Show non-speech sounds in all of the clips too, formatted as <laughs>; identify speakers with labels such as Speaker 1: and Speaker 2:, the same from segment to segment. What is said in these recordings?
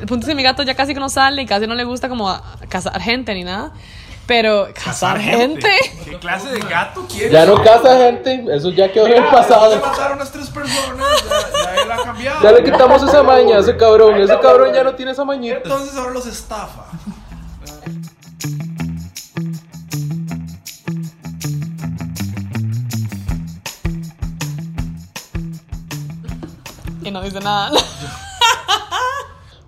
Speaker 1: punto es que mi gato ya casi que no sale y casi no le gusta como a- a cazar gente ni nada. Pero cazar, gente. <laughs>
Speaker 2: ¿Qué clase de gato quieres?
Speaker 3: Ya no casa gente, eso ya quedó en el
Speaker 2: Se
Speaker 3: pasado.
Speaker 2: mataron unas tres personas. Ya, ya él ha cambiado.
Speaker 3: Ya le quitamos esa maña a ese cabrón, ese cabrón ya no tiene esa mañita.
Speaker 2: Entonces ahora los estafa.
Speaker 1: Y no dice nada. <laughs>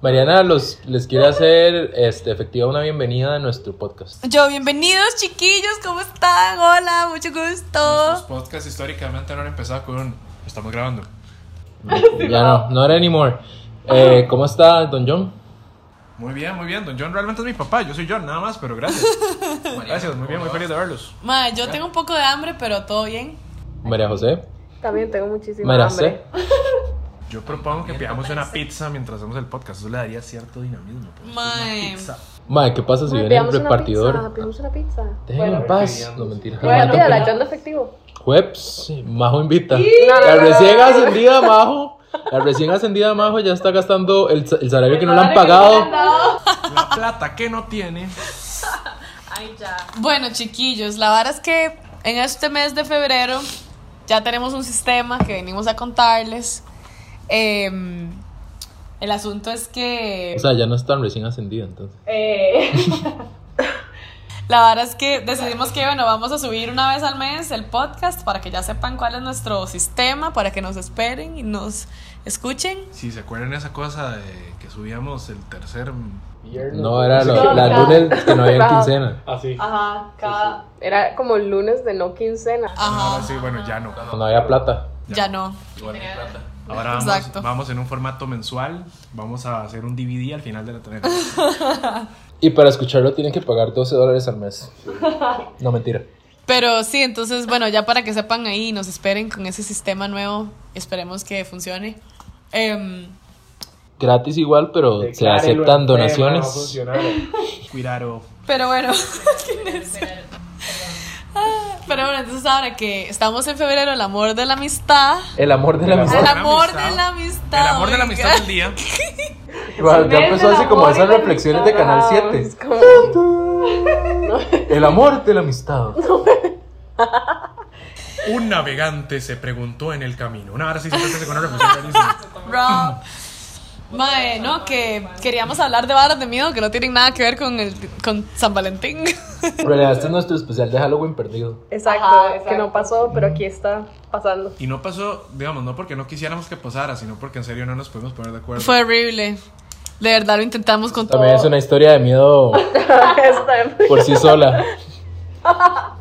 Speaker 3: Mariana los, les quiere hacer este, efectiva una bienvenida a nuestro podcast.
Speaker 4: Yo, bienvenidos chiquillos, ¿cómo están? Hola, mucho
Speaker 2: Los
Speaker 4: gusto.
Speaker 2: podcasts históricamente no han empezado con un. Estamos grabando.
Speaker 3: Ya no, not anymore. Eh, ¿Cómo está Don John?
Speaker 2: Muy bien, muy bien. Don John realmente es mi papá. Yo soy John, nada más, pero <laughs> gracias. Gracias, muy bien, muy feliz de verlos.
Speaker 1: Ma, yo tengo un poco de hambre, pero todo bien.
Speaker 3: María José,
Speaker 5: También tengo muchísima
Speaker 3: María
Speaker 5: hambre.
Speaker 3: José.
Speaker 2: Yo propongo que pidamos una pizza mientras hacemos el podcast. Eso le daría cierto dinamismo. porque es una
Speaker 1: Mae.
Speaker 2: pizza.
Speaker 3: Mae, ¿qué pasa si
Speaker 5: Ay,
Speaker 3: viene el
Speaker 5: pidamos una pizza,
Speaker 3: repartidor?
Speaker 5: pidamos una pizza.
Speaker 3: Déjenme en paz. No, mentira.
Speaker 5: Bueno, mira, la echando Ah, efectivo.
Speaker 3: Jueps, Majo invita.
Speaker 5: No, no,
Speaker 3: La
Speaker 5: no,
Speaker 3: recién
Speaker 5: no, no.
Speaker 3: ascendida Majo. La recién ascendida Majo ya está gastando el, sa- el salario que no le han pagado.
Speaker 2: La plata que no tiene.
Speaker 1: Bueno, chiquillos, la vara es que en este mes de febrero ya tenemos un sistema que venimos a contarles. Em, el asunto es que
Speaker 3: O sea, ya no están recién ascendida entonces.
Speaker 1: Eh. <laughs> la vara es que decidimos que bueno, vamos a subir una vez al mes el podcast para que ya sepan cuál es nuestro sistema, para que nos esperen y nos escuchen.
Speaker 2: Si se acuerdan esa cosa de que subíamos el tercer.
Speaker 3: No, era
Speaker 5: No,
Speaker 3: lo- las
Speaker 5: cada-
Speaker 3: lunes que no había
Speaker 5: cada-
Speaker 3: quincena.
Speaker 6: Así.
Speaker 5: Ajá, cada... Era como el lunes de no quincena.
Speaker 1: Ajá,
Speaker 2: Ahora sí, bueno, ya no.
Speaker 3: No había plata.
Speaker 1: ya no.
Speaker 2: Ahora vamos,
Speaker 1: Exacto.
Speaker 2: vamos en un formato mensual. Vamos a hacer un DVD al final de la
Speaker 1: <laughs>
Speaker 2: tarea.
Speaker 3: Y para escucharlo tienen que pagar 12 dólares al mes. No, mentira.
Speaker 1: Pero sí, entonces, bueno, ya para que sepan ahí, nos esperen con ese sistema nuevo, esperemos que funcione. Em,
Speaker 3: Gratis igual, pero se
Speaker 6: Declárelo
Speaker 3: aceptan
Speaker 6: enfermo, no
Speaker 3: donaciones.
Speaker 6: funcionaron.
Speaker 2: Cuidado.
Speaker 1: pero bueno, <laughs> ¿quién es? Ah, pero bueno, entonces ahora que estamos en febrero, el amor de la amistad.
Speaker 3: El amor de la
Speaker 2: Amor
Speaker 1: El
Speaker 3: amistad.
Speaker 2: de la
Speaker 1: amor
Speaker 2: amistad.
Speaker 1: de la amistad.
Speaker 2: El amor de
Speaker 1: oiga.
Speaker 2: la amistad del día.
Speaker 3: Igual, Ya empezó así como esas reflexiones de Canal
Speaker 5: Es
Speaker 3: 7.
Speaker 5: como-
Speaker 3: El amor de la amistad.
Speaker 2: Un navegante se preguntó en el camino. Una hora sí se empieza con una reflexión rarísima.
Speaker 1: Bro. Mae, no, que queríamos hablar de varas de miedo que no tienen nada que ver con, el, con San Valentín. <laughs>
Speaker 3: Pero este es nuestro especial de Halloween perdido.
Speaker 5: Exacto,
Speaker 4: Ajá,
Speaker 5: que
Speaker 4: exacto.
Speaker 5: no pasó, pero aquí está pasando.
Speaker 2: Y no pasó, digamos, no porque no quisiéramos que pasara, sino porque en serio no nos podemos poner de acuerdo.
Speaker 1: Fue horrible. De verdad lo intentamos con todo.
Speaker 3: También es una historia de miedo
Speaker 5: Está-
Speaker 3: por sí sola.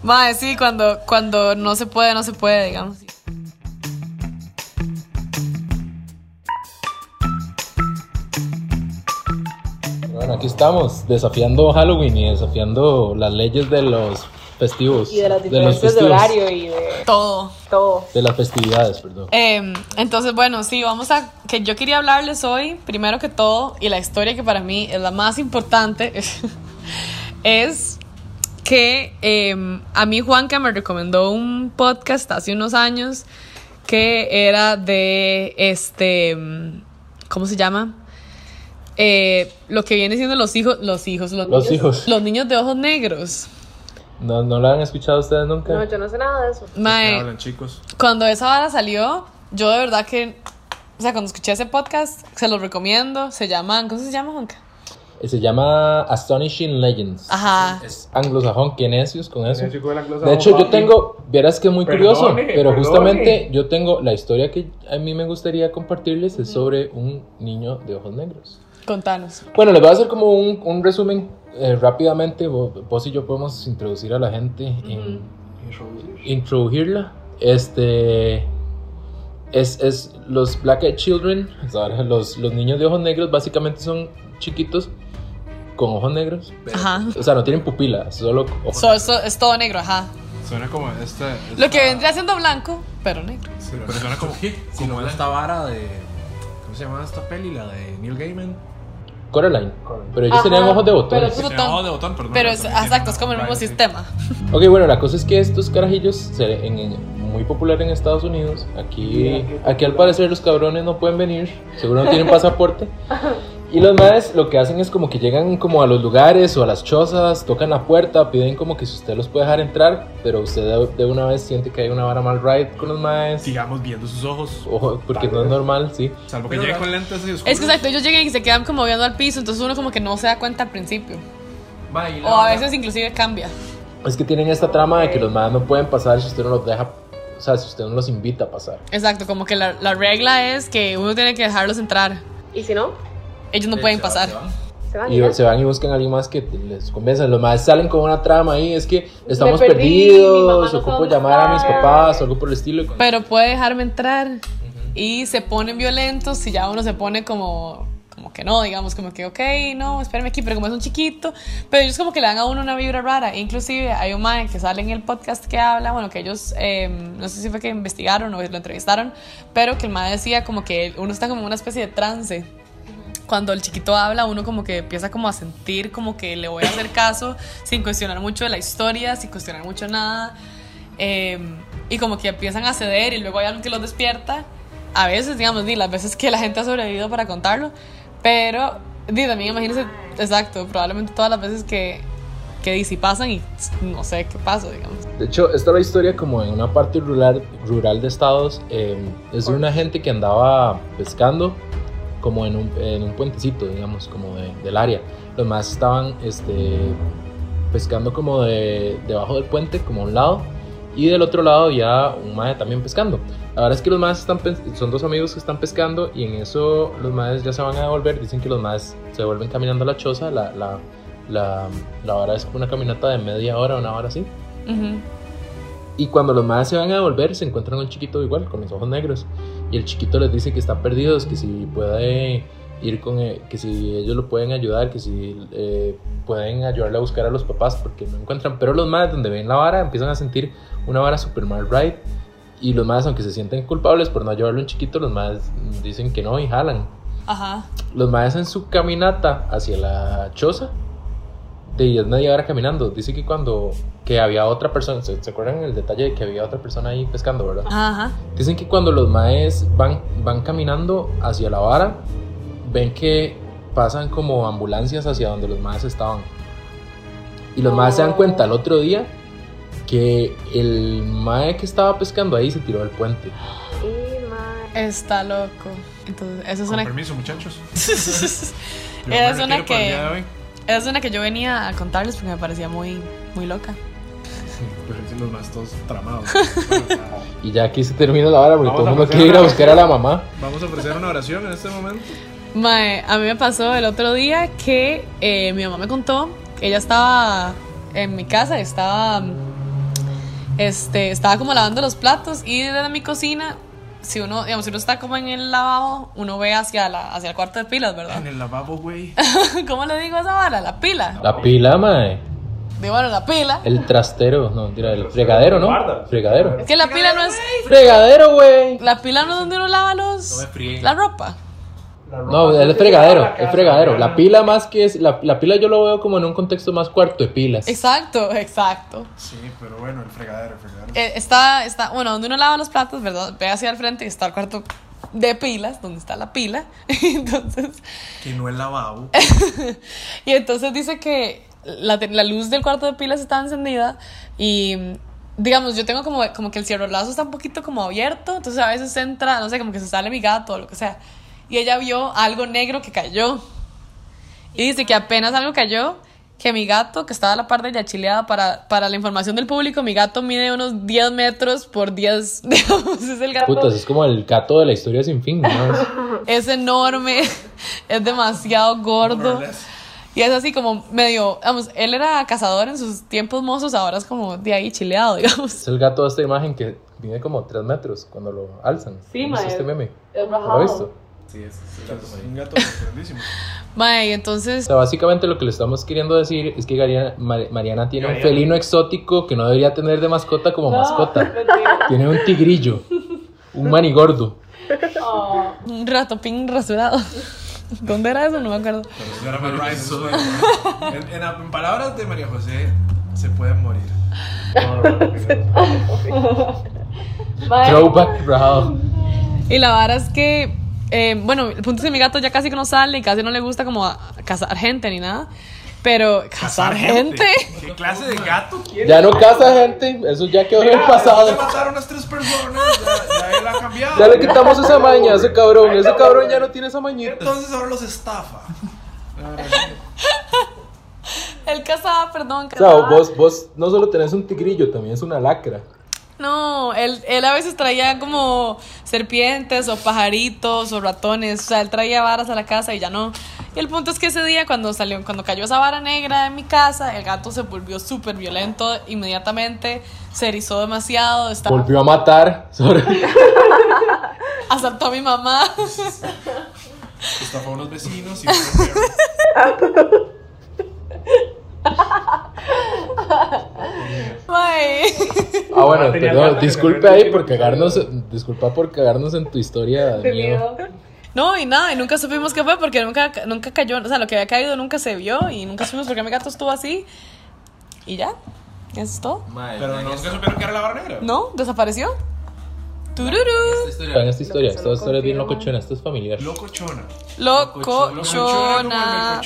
Speaker 1: Mae, sí, cuando, cuando no se puede, no se puede, digamos.
Speaker 3: Bueno, aquí estamos, desafiando Halloween y desafiando las leyes de los festivos.
Speaker 5: y de las
Speaker 3: los
Speaker 5: diferencias de,
Speaker 3: festivos,
Speaker 5: horario y de
Speaker 1: Todo.
Speaker 5: todo.
Speaker 3: De las festividades, perdón.
Speaker 1: Em, entonces, bueno, sí, vamos a... Que yo quería hablarles hoy, primero que todo, y la historia que para mí es la más importante, <laughs> es que em, a mí Juanca me recomendó un podcast hace unos años que era de, este, em, ¿cómo se llama? Eh, lo que viene siendo los hijos, los hijos, los,
Speaker 3: Los
Speaker 1: niños,
Speaker 3: hijos.
Speaker 1: los niños de ojos negros.
Speaker 3: ¿No, ¿No la han escuchado ustedes nunca?
Speaker 5: No, yo no sé nada de eso.
Speaker 2: ¿Qué
Speaker 1: Mae,
Speaker 2: hablan, chicos?
Speaker 1: cuando esa vara salió, yo de verdad que, o sea, cuando escuché ese podcast, se los recomiendo, se llaman, ¿cómo se llama, Juanca?
Speaker 3: Eh, Se llama Astonishing Legends.
Speaker 5: Ah.
Speaker 1: Ajá.
Speaker 3: Es anglosajón, que necios con eso.
Speaker 6: Necio con el anglosajón,
Speaker 3: Ah, De hecho, yo
Speaker 6: papi.
Speaker 3: tengo, vieras que es muy curioso,
Speaker 6: Perdone,
Speaker 3: pero
Speaker 6: perdone.
Speaker 3: justamente yo tengo la historia que a mí me gustaría compartirles es sobre un niño de ojos negros.
Speaker 1: Contanos.
Speaker 3: Bueno, les voy a hacer como un, un resumen eh, rápidamente. Vo- Vos, y yo podemos introducir a la gente en- introducirla. Este es, es los Black Eyed Children, <laughs> ¿sabes? los, los niños de ojos negros básicamente son chiquitos con ojos negros.
Speaker 1: Ajá.
Speaker 3: O sea, no tienen pupila, solo ojos.
Speaker 1: So- so- es todo negro, ajá.
Speaker 2: Suena como esta.
Speaker 1: Lo que vendría siendo blanco, pero negro.
Speaker 2: Sí, pero suena como. Como esta vara de. ¿Cómo se llamaba esta peli? La de Neil Gaiman.
Speaker 3: Coraline. Pero ellos
Speaker 5: Ajá,
Speaker 3: tenían ojos de botones.
Speaker 1: pero- Es un
Speaker 2: Se
Speaker 1: botón.
Speaker 2: llamaba Ah, de botón, perdón.
Speaker 1: Pero es, ah,
Speaker 2: También tiene
Speaker 1: exacto,
Speaker 2: una-
Speaker 1: es como el mismo
Speaker 2: Vale, sí.
Speaker 1: sistema.
Speaker 3: Ok, bueno, la cosa es que estos carajillos, se, en- en- muy popular en Estados Unidos, aquí, aquí al parecer los cabrones no pueden venir, seguro no tienen pasaporte, Y los madres lo que hacen es como que llegan como a los lugares o a las chozas, tocan la puerta, piden como que si usted los puede dejar entrar, pero usted de, de una vez siente que hay una vara mal ride con los madres.
Speaker 2: Sigamos viendo sus ojos.
Speaker 3: Ojo, porque no es normal, sí.
Speaker 2: Salvo que llegue con lentes y oscuros.
Speaker 1: Es que exacto, ellos llegan y se quedan como viendo al piso, entonces uno como que no se da cuenta al principio.
Speaker 6: Ma, y la
Speaker 1: O a
Speaker 6: vara-
Speaker 1: veces inclusive cambia.
Speaker 3: Es que tienen esta trama de que los madres no pueden pasar si usted no los deja, o sea, si usted no los invita a pasar.
Speaker 1: Exacto, como que la, la regla es que uno tiene que dejarlos entrar.
Speaker 5: Y si no,
Speaker 1: Ellos no
Speaker 6: se
Speaker 1: pueden
Speaker 6: va,
Speaker 1: pasar.
Speaker 6: se va.
Speaker 5: se van.
Speaker 3: Y
Speaker 5: ya.
Speaker 3: se van y buscan a alguien más que les convenza. Los madres salen con una trama ahí, es que estamos
Speaker 5: perdí, mi mamá no
Speaker 3: perdidos,
Speaker 5: sabe
Speaker 3: ocupo
Speaker 5: dónde
Speaker 3: llamar a mis
Speaker 5: está.
Speaker 3: papás o algo por el estilo.
Speaker 1: Pero puede dejarme entrar. Y se ponen violentos si ya uno se pone como, como que no, digamos, como que, ok, no, espérame aquí, pero como es un chiquito. Pero ellos como que le dan a uno una vibra rara. Inclusive hay un man que sale en el podcast que habla, bueno, que ellos, eh, no sé si fue que investigaron o lo entrevistaron, pero que el man decía como que uno está como en una especie de trance cuando el chiquito habla, uno como que empieza como a sentir como que le voy a hacer caso, sin cuestionar mucho de la historia, sin cuestionar mucho nada. eh, y como que empiezan a ceder y luego hay algo que los despierta. A veces, digamos, di, las veces que la gente ha sobrevivido para contarlo. Pero, di, también imagínense, exacto, probablemente todas las veces que, que di, si pasan y no sé qué pasó, digamos.
Speaker 3: De hecho, esta es la historia como en una parte rural, rural de Estados. eh, es de una gente que andaba pescando como en un, en un puentecito, digamos, como de- del área. Los más estaban este, pescando como de, debajo del puente, como a un lado. Y del otro lado ya un maje también pescando. La verdad es que los más están pes- son dos amigos que están pescando y en eso los maes ya se van a devolver. Dicen que los más se vuelven caminando a la choza. La, la, la, la vara es como una caminata de media hora, una hora así.
Speaker 1: Ujú.
Speaker 3: Y cuando los madres se van a devolver, se encuentran un chiquito igual, con los ojos negros. Y el chiquito les dice que están perdidos, que si puede ir con, eh, que si ellos lo pueden ayudar, que si eh, pueden ayudarle a buscar a los papás porque no encuentran. Pero los madres, donde ven la vara, empiezan a sentir una vara super mal right. Y los madres, aunque se sienten culpables por no ayudarle a un chiquito, los madres dicen que no y jalan.
Speaker 1: Ajá.
Speaker 3: Los madres en su caminata hacia la choza, de ellos media hora caminando. Dice que cuando que había otra persona, ¿se, se acuerdan el detalle de que había otra persona ahí pescando, verdad?
Speaker 1: Ajá, ajá.
Speaker 3: Dicen que cuando los maes van, van caminando hacia la vara, ven que pasan como ambulancias hacia donde los maes estaban. Y los maes se dan cuenta al otro día que el mae que estaba pescando ahí se tiró del puente.
Speaker 5: Y, ma,
Speaker 1: Está loco. Entonces, eso es
Speaker 2: Con
Speaker 1: una... <laughs>
Speaker 2: permiso, muchachos. Yo me
Speaker 1: Esa es una
Speaker 2: retiro para el día de
Speaker 1: que...
Speaker 2: hoy.
Speaker 1: Esa es una que yo venía a contarles porque me parecía muy, muy loca.
Speaker 2: Pero sí, los más todos
Speaker 1: <laughs>
Speaker 2: tramados.
Speaker 3: Y ya aquí se termina la vara porque
Speaker 2: Vamos
Speaker 3: todo el
Speaker 2: a
Speaker 3: mundo
Speaker 2: pasar
Speaker 3: quiere ir a
Speaker 2: una-
Speaker 3: buscar a la mamá.
Speaker 2: Vamos a ofrecer una oración en este momento.
Speaker 1: Mae, a mí me pasó el otro día que eh, mi mamá me contó que ella estaba en mi casa, estaba, mm, este, estaba como lavando los platos y desde mi cocina, si uno, digamos, si uno está como en el lavabo, uno ve hacia, la, hacia el cuarto de pilas,
Speaker 2: Ah. En
Speaker 1: ¿verdad?
Speaker 2: el lavabo, güey.
Speaker 1: <laughs> ¿Cómo le digo a esa vara? La pila.
Speaker 3: La pila, mae.
Speaker 1: Digo, bueno, la pila.
Speaker 3: El trastero, no, mira, el fregadero, ¿no?
Speaker 6: Guarda.
Speaker 3: Fregadero.
Speaker 1: Es que la pila no es...
Speaker 3: Fregadero, güey.
Speaker 1: La pila no es donde uno lava los...
Speaker 6: No me frieguen.
Speaker 1: la ropa.
Speaker 3: No, el fregadero, el fregadero. La pila más que es, la, la pila yo lo veo como en un contexto más cuarto de pilas.
Speaker 1: Exacto, exacto.
Speaker 2: Sí, pero bueno, el fregadero, el fregadero.
Speaker 1: Eh, está, está, bueno, donde uno lava los platos, ¿verdad? Ve hacia el frente y está el cuarto de pilas, donde está la pila. <laughs> entonces,
Speaker 2: Que no el lavabo.
Speaker 1: y entonces dice que la, te- la luz del cuarto de pilas está encendida y digamos, yo tengo como, como que el cierrolazo está un poquito como abierto, entonces a veces entra, no sé, como que se sale mi gato o lo que sea. Y ella vio algo negro que cayó. Y dice que apenas algo cayó, que mi gato, que estaba a la par de ella chileada, para, para la información del público, mi gato mide unos 10 metros por 10, <laughs> digamos, es el gato
Speaker 3: Putas, es como el gato de la historia sin fin, ¿no?
Speaker 1: es enorme, <laughs> es demasiado gordo. Y es así como medio, vamos, él era cazador en sus tiempos mozos, ahora es como de ahí chileado, <laughs> digamos.
Speaker 3: Es el gato de esta imagen que mide como 3 metros cuando lo alzan.
Speaker 5: Sí,
Speaker 3: ¿No es
Speaker 5: mae.
Speaker 3: este meme?
Speaker 5: es
Speaker 3: ¿No ¿Lo
Speaker 5: rajado.
Speaker 3: he visto?
Speaker 6: Sí, es, es el gato
Speaker 2: Es
Speaker 6: amarillo.
Speaker 2: un gato grandísimo.
Speaker 1: Mae, y
Speaker 3: O
Speaker 1: entonces,
Speaker 3: sea, básicamente lo que le estamos queriendo decir es que Mariana, Mar- Mariana tiene un
Speaker 6: Mariana.
Speaker 3: felino exótico que no debería tener de mascota como
Speaker 5: No,
Speaker 3: mascota.
Speaker 5: mentira.
Speaker 3: Tiene un tigrillo, un manigordo.
Speaker 5: Oh,
Speaker 1: <laughs> un ratopín rasurado. <laughs> ¿Dónde era eso? No me acuerdo.
Speaker 2: Pero sí, ahora me rise, eso fue- en, en- en palabras de María José, se puede morir.
Speaker 5: ma,
Speaker 3: Throwback Rahal.
Speaker 1: Y la vara es que eh, bueno, el punto es que mi gato ya casi que no sale y casi no le gusta como a- cazar gente ni nada. Pero cazar gente. <laughs>
Speaker 2: ¿Qué clase de gato quiere?
Speaker 3: Ya no casa gente, eso ya quedó en el
Speaker 2: Ya
Speaker 3: pasado.
Speaker 2: mataron a las tres personas. Ya, ya él ha cambiado.
Speaker 3: Ya le quitamos esa maña a ese cabrón, ese cabrón ya no tiene esa mañita.
Speaker 2: Entonces ahora los estafa.
Speaker 1: El cazaba, perdón,
Speaker 3: O sea,
Speaker 1: cazaba.
Speaker 3: vos, vos no solo tenés un tigrillo, también es una lacra.
Speaker 1: No, él, él a veces traía como serpientes o pajaritos o ratones, o sea, él traía varas a la casa y ya no. Y el punto es que ese día cuando salió, cuando cayó esa vara negra en mi casa, el gato se volvió súper violento inmediatamente, se erizó demasiado, estaba,
Speaker 3: Volvió a matar. <laughs> Sorry.
Speaker 1: asaltó a mi mamá. <laughs>
Speaker 2: Estafó a unos vecinos y fue un perro.
Speaker 1: Mae.
Speaker 3: Ah, bueno,
Speaker 6: tenía
Speaker 3: perdón,
Speaker 6: gato que
Speaker 3: disculpe
Speaker 6: no
Speaker 3: ahí
Speaker 6: tenía
Speaker 3: por
Speaker 6: gato.
Speaker 3: cagarnos, disculpa por cagarnos en tu historia de miedo.
Speaker 1: No, y nada, y nunca supimos qué fue porque nunca, nunca cayó, o sea, lo que había caído nunca se vio y nunca supimos por qué mi gato estuvo así. Y ya, eso es todo.
Speaker 6: Mae,
Speaker 2: Pero
Speaker 6: en
Speaker 1: este
Speaker 2: no
Speaker 6: esta-
Speaker 2: se supieron que era la barra negra.
Speaker 1: ¿No? ¿Desapareció? Tururú.
Speaker 6: esta historia-
Speaker 3: En esta historia,
Speaker 5: se
Speaker 3: esta
Speaker 5: lo
Speaker 3: historia es bien
Speaker 5: confirma.
Speaker 3: locochona, esto es familiar.
Speaker 2: Locochona.
Speaker 1: Locochona.
Speaker 2: Locochona.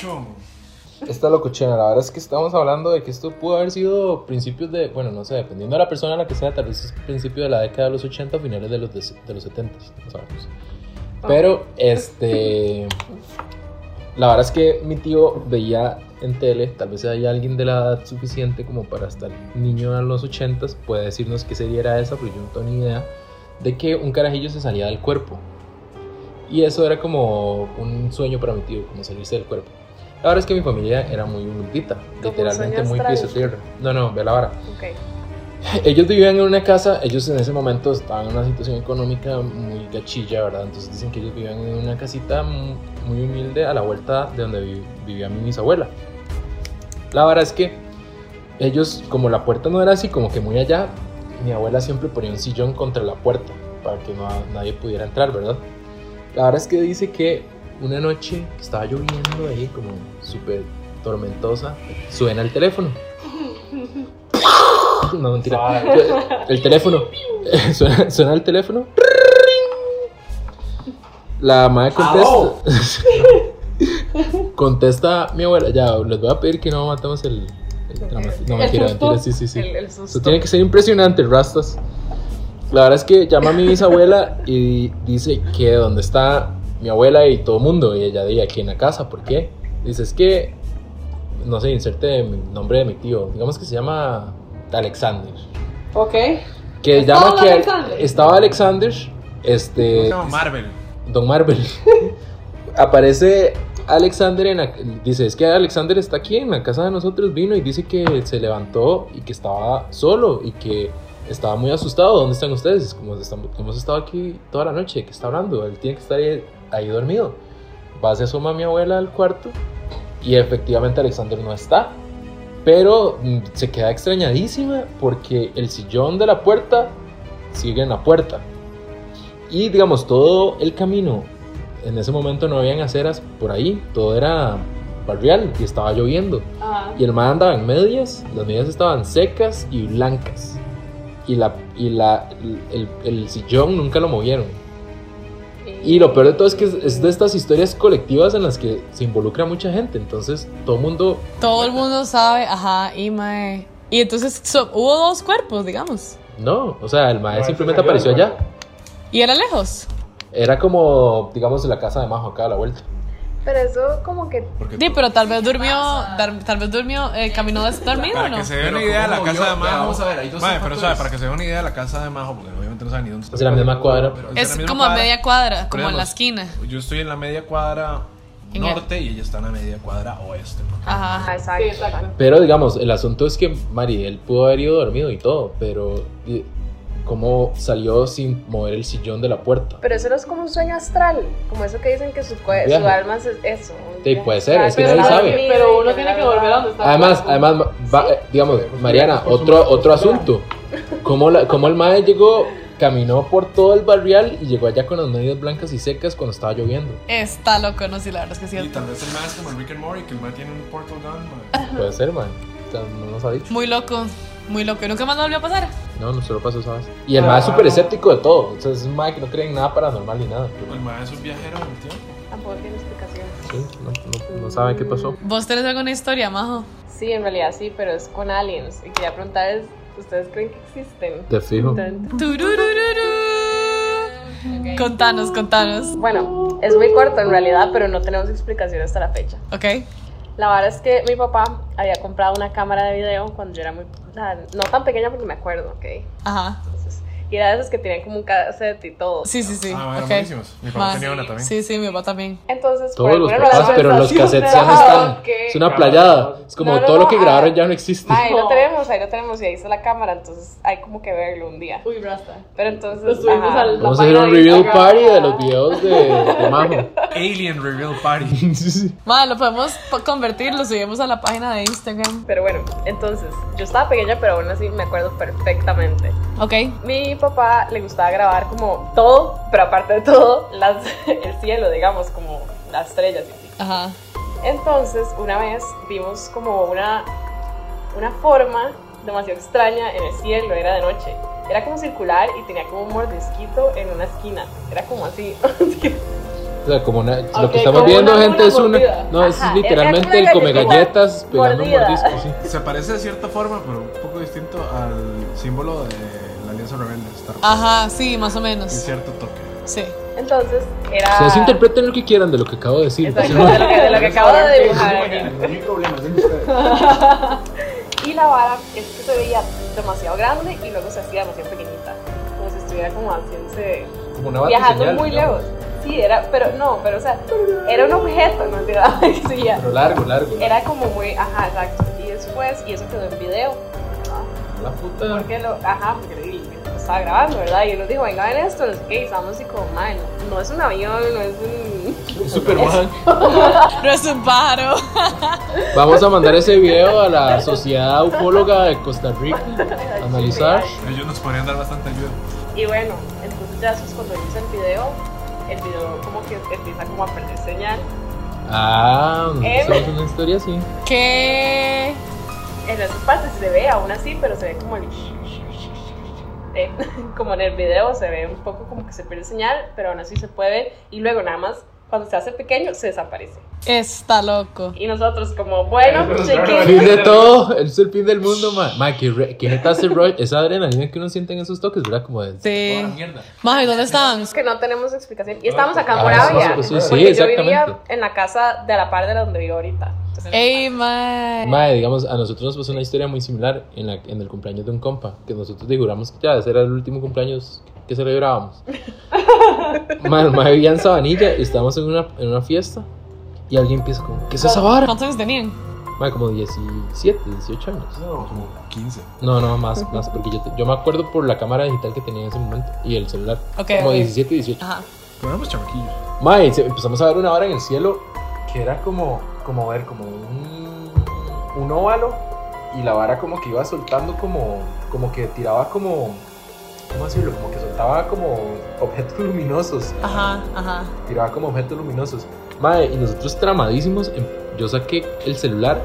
Speaker 3: Eh, Esta locochona, la verdad es que estamos hablando de que esto pudo haber sido principios de, bueno, no sé, dependiendo de la persona a la que sea, tal vez es principio de la década de los 80 o finales de los, de, de los 70, no sabemos. Pero, este, la verdad es que mi tío veía en tele, tal vez hay alguien de la edad suficiente como para estar niño de los 80, puede decirnos qué serie era esa, pero yo no tengo ni idea, de que un carajillo se salía del cuerpo. Y eso era como un sueño para mi tío, como salirse del cuerpo. La verdad es que mi familia era muy humildita,
Speaker 5: Como
Speaker 3: literalmente
Speaker 5: sueño
Speaker 3: muy
Speaker 5: astral.
Speaker 3: piso tierra. No, no, ve la vara.
Speaker 5: Ok.
Speaker 3: Ellos vivían en una casa, ellos en ese momento estaban en una situación económica muy gachilla, ¿verdad? Entonces dicen que ellos vivían en una casita mu- muy humilde a la vuelta de donde vi- vivía mi bisabuela. La verdad es que ellos, como la puerta no era así, como que muy allá, mi abuela siempre ponía un sillón contra la puerta para que no- nadie pudiera entrar, ¿verdad? La verdad es que dice que una noche que estaba lloviendo ahí, como súper tormentosa, suena el teléfono. <laughs> No, mentira. El teléfono. <laughs> Suena, suena el teléfono. La madre contesta. <laughs> contesta mi abuela. Ya, les voy a pedir que no matemos el. el- no, mentira,
Speaker 5: El
Speaker 3: mentira,
Speaker 5: susto.
Speaker 3: mentira, sí, sí, sí.
Speaker 5: El, el
Speaker 3: Eso
Speaker 5: susto.
Speaker 3: tiene que ser impresionante, Rastas. La verdad es que llama a mi bisabuela y dice que dónde está mi abuela y todo el mundo. Y ella dice aquí en la casa, ¿por qué? Dice, es que, no sé, inserte el nombre de mi tío. Digamos que se llama Alexander.
Speaker 5: Ok.
Speaker 3: Que
Speaker 5: Estaba
Speaker 3: llama que
Speaker 5: Alexander.
Speaker 3: estaba Alexander, este,
Speaker 2: No, Marvel.
Speaker 3: Don Marvel. <laughs> Aparece Alexander en la- dice, es que Alexander está aquí en la casa de nosotros, vino y dice que se levantó y que estaba solo y que estaba muy asustado. ¿Dónde están ustedes? Es como, "Estamos- hemos estado aquí toda la noche, ¿qué está hablando? Él tiene que estar ahí, ahí dormido. Va, se asoma mi abuela al cuarto y efectivamente Alexander no está. Pero mm, se queda extrañadísima porque el sillón de la puerta sigue en la puerta. Y digamos, todo el camino, en ese momento no habían aceras por ahí, todo era barrial y estaba lloviendo.
Speaker 5: Ah.
Speaker 3: Y el man andaba en medias, las medias estaban secas y blancas. Y, la, y la, el, el sillón nunca lo movieron. Y lo peor de todo es que es, es de estas historias colectivas en las que se involucra mucha gente. Entonces todo el mundo
Speaker 1: Todo el mundo sabe, ajá, y mae. Y entonces so- hubo dos cuerpos, digamos.
Speaker 3: No, o sea, el
Speaker 6: No, él
Speaker 3: maestro
Speaker 6: se
Speaker 3: simplemente
Speaker 6: cayó,
Speaker 3: apareció
Speaker 6: güey.
Speaker 3: allá.
Speaker 1: Y era lejos.
Speaker 3: Era como, digamos, la casa de Majo acá a la vuelta.
Speaker 5: Pero eso como que
Speaker 2: Porque
Speaker 1: Sí, pero tal vez durmió, dar- tal vez durmió, eh, caminó des- dormido o
Speaker 2: Para
Speaker 1: no.
Speaker 2: que se dé
Speaker 6: Pero
Speaker 2: una idea de la
Speaker 6: ¿cómo
Speaker 2: casa
Speaker 6: movió?
Speaker 2: de Majo.
Speaker 6: Vea, vamos a ver, hay dos
Speaker 2: Mae, pero
Speaker 6: factores.
Speaker 2: sabe, para que se dé una idea de la casa de Majo, porque obviamente no saben ni dónde está.
Speaker 3: Es la misma cuadra.
Speaker 2: Pero
Speaker 1: Es
Speaker 2: la misma
Speaker 1: como a media cuadra, como en la
Speaker 2: digamos,
Speaker 1: esquina.
Speaker 2: Yo estoy en la media cuadra
Speaker 1: En el-
Speaker 2: norte y ella está en la media cuadra oeste. ¿no?
Speaker 1: Ajá.
Speaker 5: Ah, exacto.
Speaker 3: Pero, digamos, el asunto es que Mari, él pudo haber ido dormido y todo, pero di- ¿cómo salió sin mover el sillón de la puerta?
Speaker 5: Pero eso no es como un sueño astral, como eso que dicen que su, cue-
Speaker 3: Un viaje.
Speaker 5: su alma es eso. un
Speaker 3: Sí,
Speaker 5: viaje
Speaker 3: puede ser, es que
Speaker 5: astral.
Speaker 3: nadie sabe.
Speaker 5: dormido
Speaker 4: Pero
Speaker 5: y
Speaker 4: uno
Speaker 5: la
Speaker 4: tiene que
Speaker 5: verdad-
Speaker 4: volver a donde está.
Speaker 3: Además, además, va- eh, digamos, Mariana, otro, otro asunto. ¿Cómo, la- cómo el mae llegó, caminó por todo el barrial y llegó allá con las medias blancas y secas cuando estaba lloviendo?
Speaker 1: Está loco, no sé, la verdad es que sí. Ah.
Speaker 2: Y tal vez el más como el Rick and Morty, que el más tiene un portal gun. mae.
Speaker 3: Puede ser, man. tan- no nos ha dicho.
Speaker 1: Muy loco, muy loco. ¿Y nunca más nos volvió a pasar?
Speaker 3: No, no se lo pasó esa vez. Y el más es súper escéptico de todo. O sea, es un mae que no cree en nada paranormal ni nada.
Speaker 2: El maestro es un viajero del tiempo.
Speaker 5: Tampoco tiene explicación.
Speaker 3: Sí, no, no, no saben qué pasó.
Speaker 1: ¿Vos tenés alguna historia, Majo?
Speaker 5: Sí, en realidad sí, pero es con aliens. Y quería preguntarles, ¿ustedes creen que existen?
Speaker 3: Te fijo.
Speaker 5: Tan-
Speaker 1: Tururururu. Contanos, contanos.
Speaker 5: Bueno, es muy corto en realidad, pero no tenemos explicación hasta la fecha.
Speaker 1: Ok.
Speaker 5: La verdad es que mi papá había comprado una cámara de video cuando yo era muy... o sea, no tan pequeña porque me acuerdo, ¿ok?
Speaker 1: Ajá.
Speaker 5: Entonces, y era de esas que tenían como un cassette y todo.
Speaker 1: Sí, sí, sí.
Speaker 2: Ah, bueno,
Speaker 1: ok.
Speaker 2: buenísimos. Mi papá
Speaker 1: Ma,
Speaker 2: tenía
Speaker 1: sí.
Speaker 2: una también.
Speaker 1: Sí, sí, mi papá también.
Speaker 5: Entonces, por
Speaker 3: Todos los
Speaker 5: alguna
Speaker 3: papás,
Speaker 5: razón,
Speaker 3: pero los
Speaker 5: sensación
Speaker 3: cassettes
Speaker 5: de-
Speaker 3: ya
Speaker 5: <laughs>
Speaker 3: no están.
Speaker 5: Ah, ok.
Speaker 3: Es una playada. Es como
Speaker 5: No, no,
Speaker 3: todo lo que
Speaker 5: no, ah,
Speaker 3: grabaron ya no existe.
Speaker 5: Ma, ahí lo
Speaker 4: No.
Speaker 5: tenemos, ahí lo tenemos y ahí está la cámara, entonces hay como que verlo un día.
Speaker 4: Uy, Rasta.
Speaker 5: Pero entonces...
Speaker 4: Lo subimos
Speaker 5: ajá.
Speaker 4: al-
Speaker 3: Vamos a
Speaker 4: la
Speaker 3: hacer un
Speaker 4: página de
Speaker 3: review
Speaker 4: Instagram.
Speaker 3: party de los videos de,
Speaker 5: <laughs>
Speaker 3: de Majo.
Speaker 2: Alien Reveal Party.
Speaker 3: <laughs> Sí, sí.
Speaker 1: Ma, lo podemos po- convertir, lo subimos a la página de Instagram.
Speaker 5: Pero bueno, entonces, yo estaba pequeña, pero aún así me acuerdo perfectamente.
Speaker 1: Ok.
Speaker 5: Mi papá le gustaba grabar como todo, pero aparte de todo, las, <laughs> el cielo, digamos, como las estrellas y así.
Speaker 1: Ajá.
Speaker 5: Entonces, una vez vimos como una, una forma demasiado extraña en el cielo, era de noche. Era como circular y tenía como un mordisquito en una esquina. Era como así. <laughs>
Speaker 3: O sea, como una, lo
Speaker 4: Ok,
Speaker 3: que estamos
Speaker 4: como
Speaker 3: viendo,
Speaker 4: una
Speaker 3: gente, es una.
Speaker 4: mordida.
Speaker 3: No, es
Speaker 5: Ajá,
Speaker 3: literalmente
Speaker 5: era
Speaker 3: el
Speaker 5: como
Speaker 3: come
Speaker 5: una
Speaker 3: galletas pegando un
Speaker 5: mordida.
Speaker 3: mordisco, sí.
Speaker 2: Se parece de cierta forma, pero un poco distinto al símbolo de la Alianza Rebelde. Star Wars.
Speaker 1: Ajá, sí, más o
Speaker 2: Tiene
Speaker 1: menos.
Speaker 2: cierto toque.
Speaker 1: Sí.
Speaker 5: Entonces,
Speaker 3: O
Speaker 5: era.
Speaker 3: sea, sí interpreten lo que quieran de lo que acabo de decir.
Speaker 5: Ah. Exacto,
Speaker 3: pues,
Speaker 5: de lo que, de lo que acabo
Speaker 2: <laughs>
Speaker 5: de dibujar.
Speaker 6: No hay problema, den ustedes.
Speaker 5: Y la vara es que se veía demasiado grande y luego se hacía demasiado pequeñita. Como si estuviera como haciéndose.
Speaker 3: ¿no? Como una
Speaker 5: <laughs> viajando
Speaker 3: batiseñal,
Speaker 5: muy
Speaker 3: digamos.
Speaker 5: lejos. Sí, era, pero no, pero o sea, era un objeto, no te daba <laughs> idea.
Speaker 3: Pero largo, largo.
Speaker 5: Era como muy, ajá, exacto. Y después, y eso quedó en video.
Speaker 3: La puta.
Speaker 5: Porque lo, ajá, porque lo- lo estaba grabando, ¿verdad? Y él nos dijo, venga, ven esto, no sé qué, y estábamos así como, man, no es un avión, no es un.
Speaker 3: Superman.
Speaker 1: No es un paro.
Speaker 3: Vamos a mandar ese video a
Speaker 5: <laughs>
Speaker 3: la Sociedad Ufóloga de Costa Rica. a
Speaker 5: <laughs>
Speaker 3: Analizar.
Speaker 2: Ellos nos podrían dar bastante ayuda.
Speaker 5: Y bueno, entonces ya después cuando vimos el video, el video como que empieza como a perder señal.
Speaker 3: Ah,
Speaker 5: Em.
Speaker 3: eso es una historia así.
Speaker 1: ¿Qué?
Speaker 5: En otras partes se ve aún así, pero se ve como el... Eh, como en el video se ve un poco como que se pierde señal, pero aún así se puede ver. Y luego nada más, cuando se hace pequeño, se desaparece.
Speaker 1: Está loco.
Speaker 5: Y nosotros como, bueno,
Speaker 6: Pero es
Speaker 5: chiquitos.
Speaker 3: Fin
Speaker 1: <laughs>
Speaker 3: de todo, es el fin del mundo, ma. Ma, que, re- que neta hace Roy, esa adrenalina que uno siente en esos toques, ¿verdad? Como de.
Speaker 1: Sí.
Speaker 2: Toda la mierda.
Speaker 1: Majo, ¿y dónde estaban?
Speaker 5: Que no tenemos explicación. Y estábamos acá en
Speaker 3: Ah,
Speaker 5: Moravia.
Speaker 3: sí, sí, sí,
Speaker 5: porque yo vivía
Speaker 3: exactamente.
Speaker 5: en la casa de la par de la donde vivo ahorita. Entonces,
Speaker 1: Ey, ma.
Speaker 3: Ma, digamos, a nosotros nos pasó una historia muy similar en, la, en el cumpleaños de un compa, que nosotros le juramos que ya ese era el último cumpleaños
Speaker 1: <laughs>
Speaker 3: que celebrábamos. Ma, el ma vivía en Sabanilla y estábamos en una, en una fiesta y alguien empieza como, ¿qué es esa vara?
Speaker 1: ¿Cuántos años tenían?
Speaker 3: Ma, como 17, 18 años.
Speaker 2: No, como 15.
Speaker 3: No, no, más, más, porque yo, te- yo me acuerdo por la cámara digital que tenía en ese momento y el celular.
Speaker 1: Ok,
Speaker 3: Como
Speaker 1: ok.
Speaker 3: 17, 18.
Speaker 1: Ajá.
Speaker 2: Pero éramos chamaquillos.
Speaker 3: Mae, se- empezamos a ver una hora en el cielo que era como, como ver, como un, un óvalo y la vara como que iba soltando como, como que tiraba como, ¿cómo decirlo? Como que soltaba como objetos <laughs> luminosos,
Speaker 1: Ajá, ajá.
Speaker 3: tiraba como objetos luminosos. Mae, y nosotros tramadísimos, em- yo saqué el celular,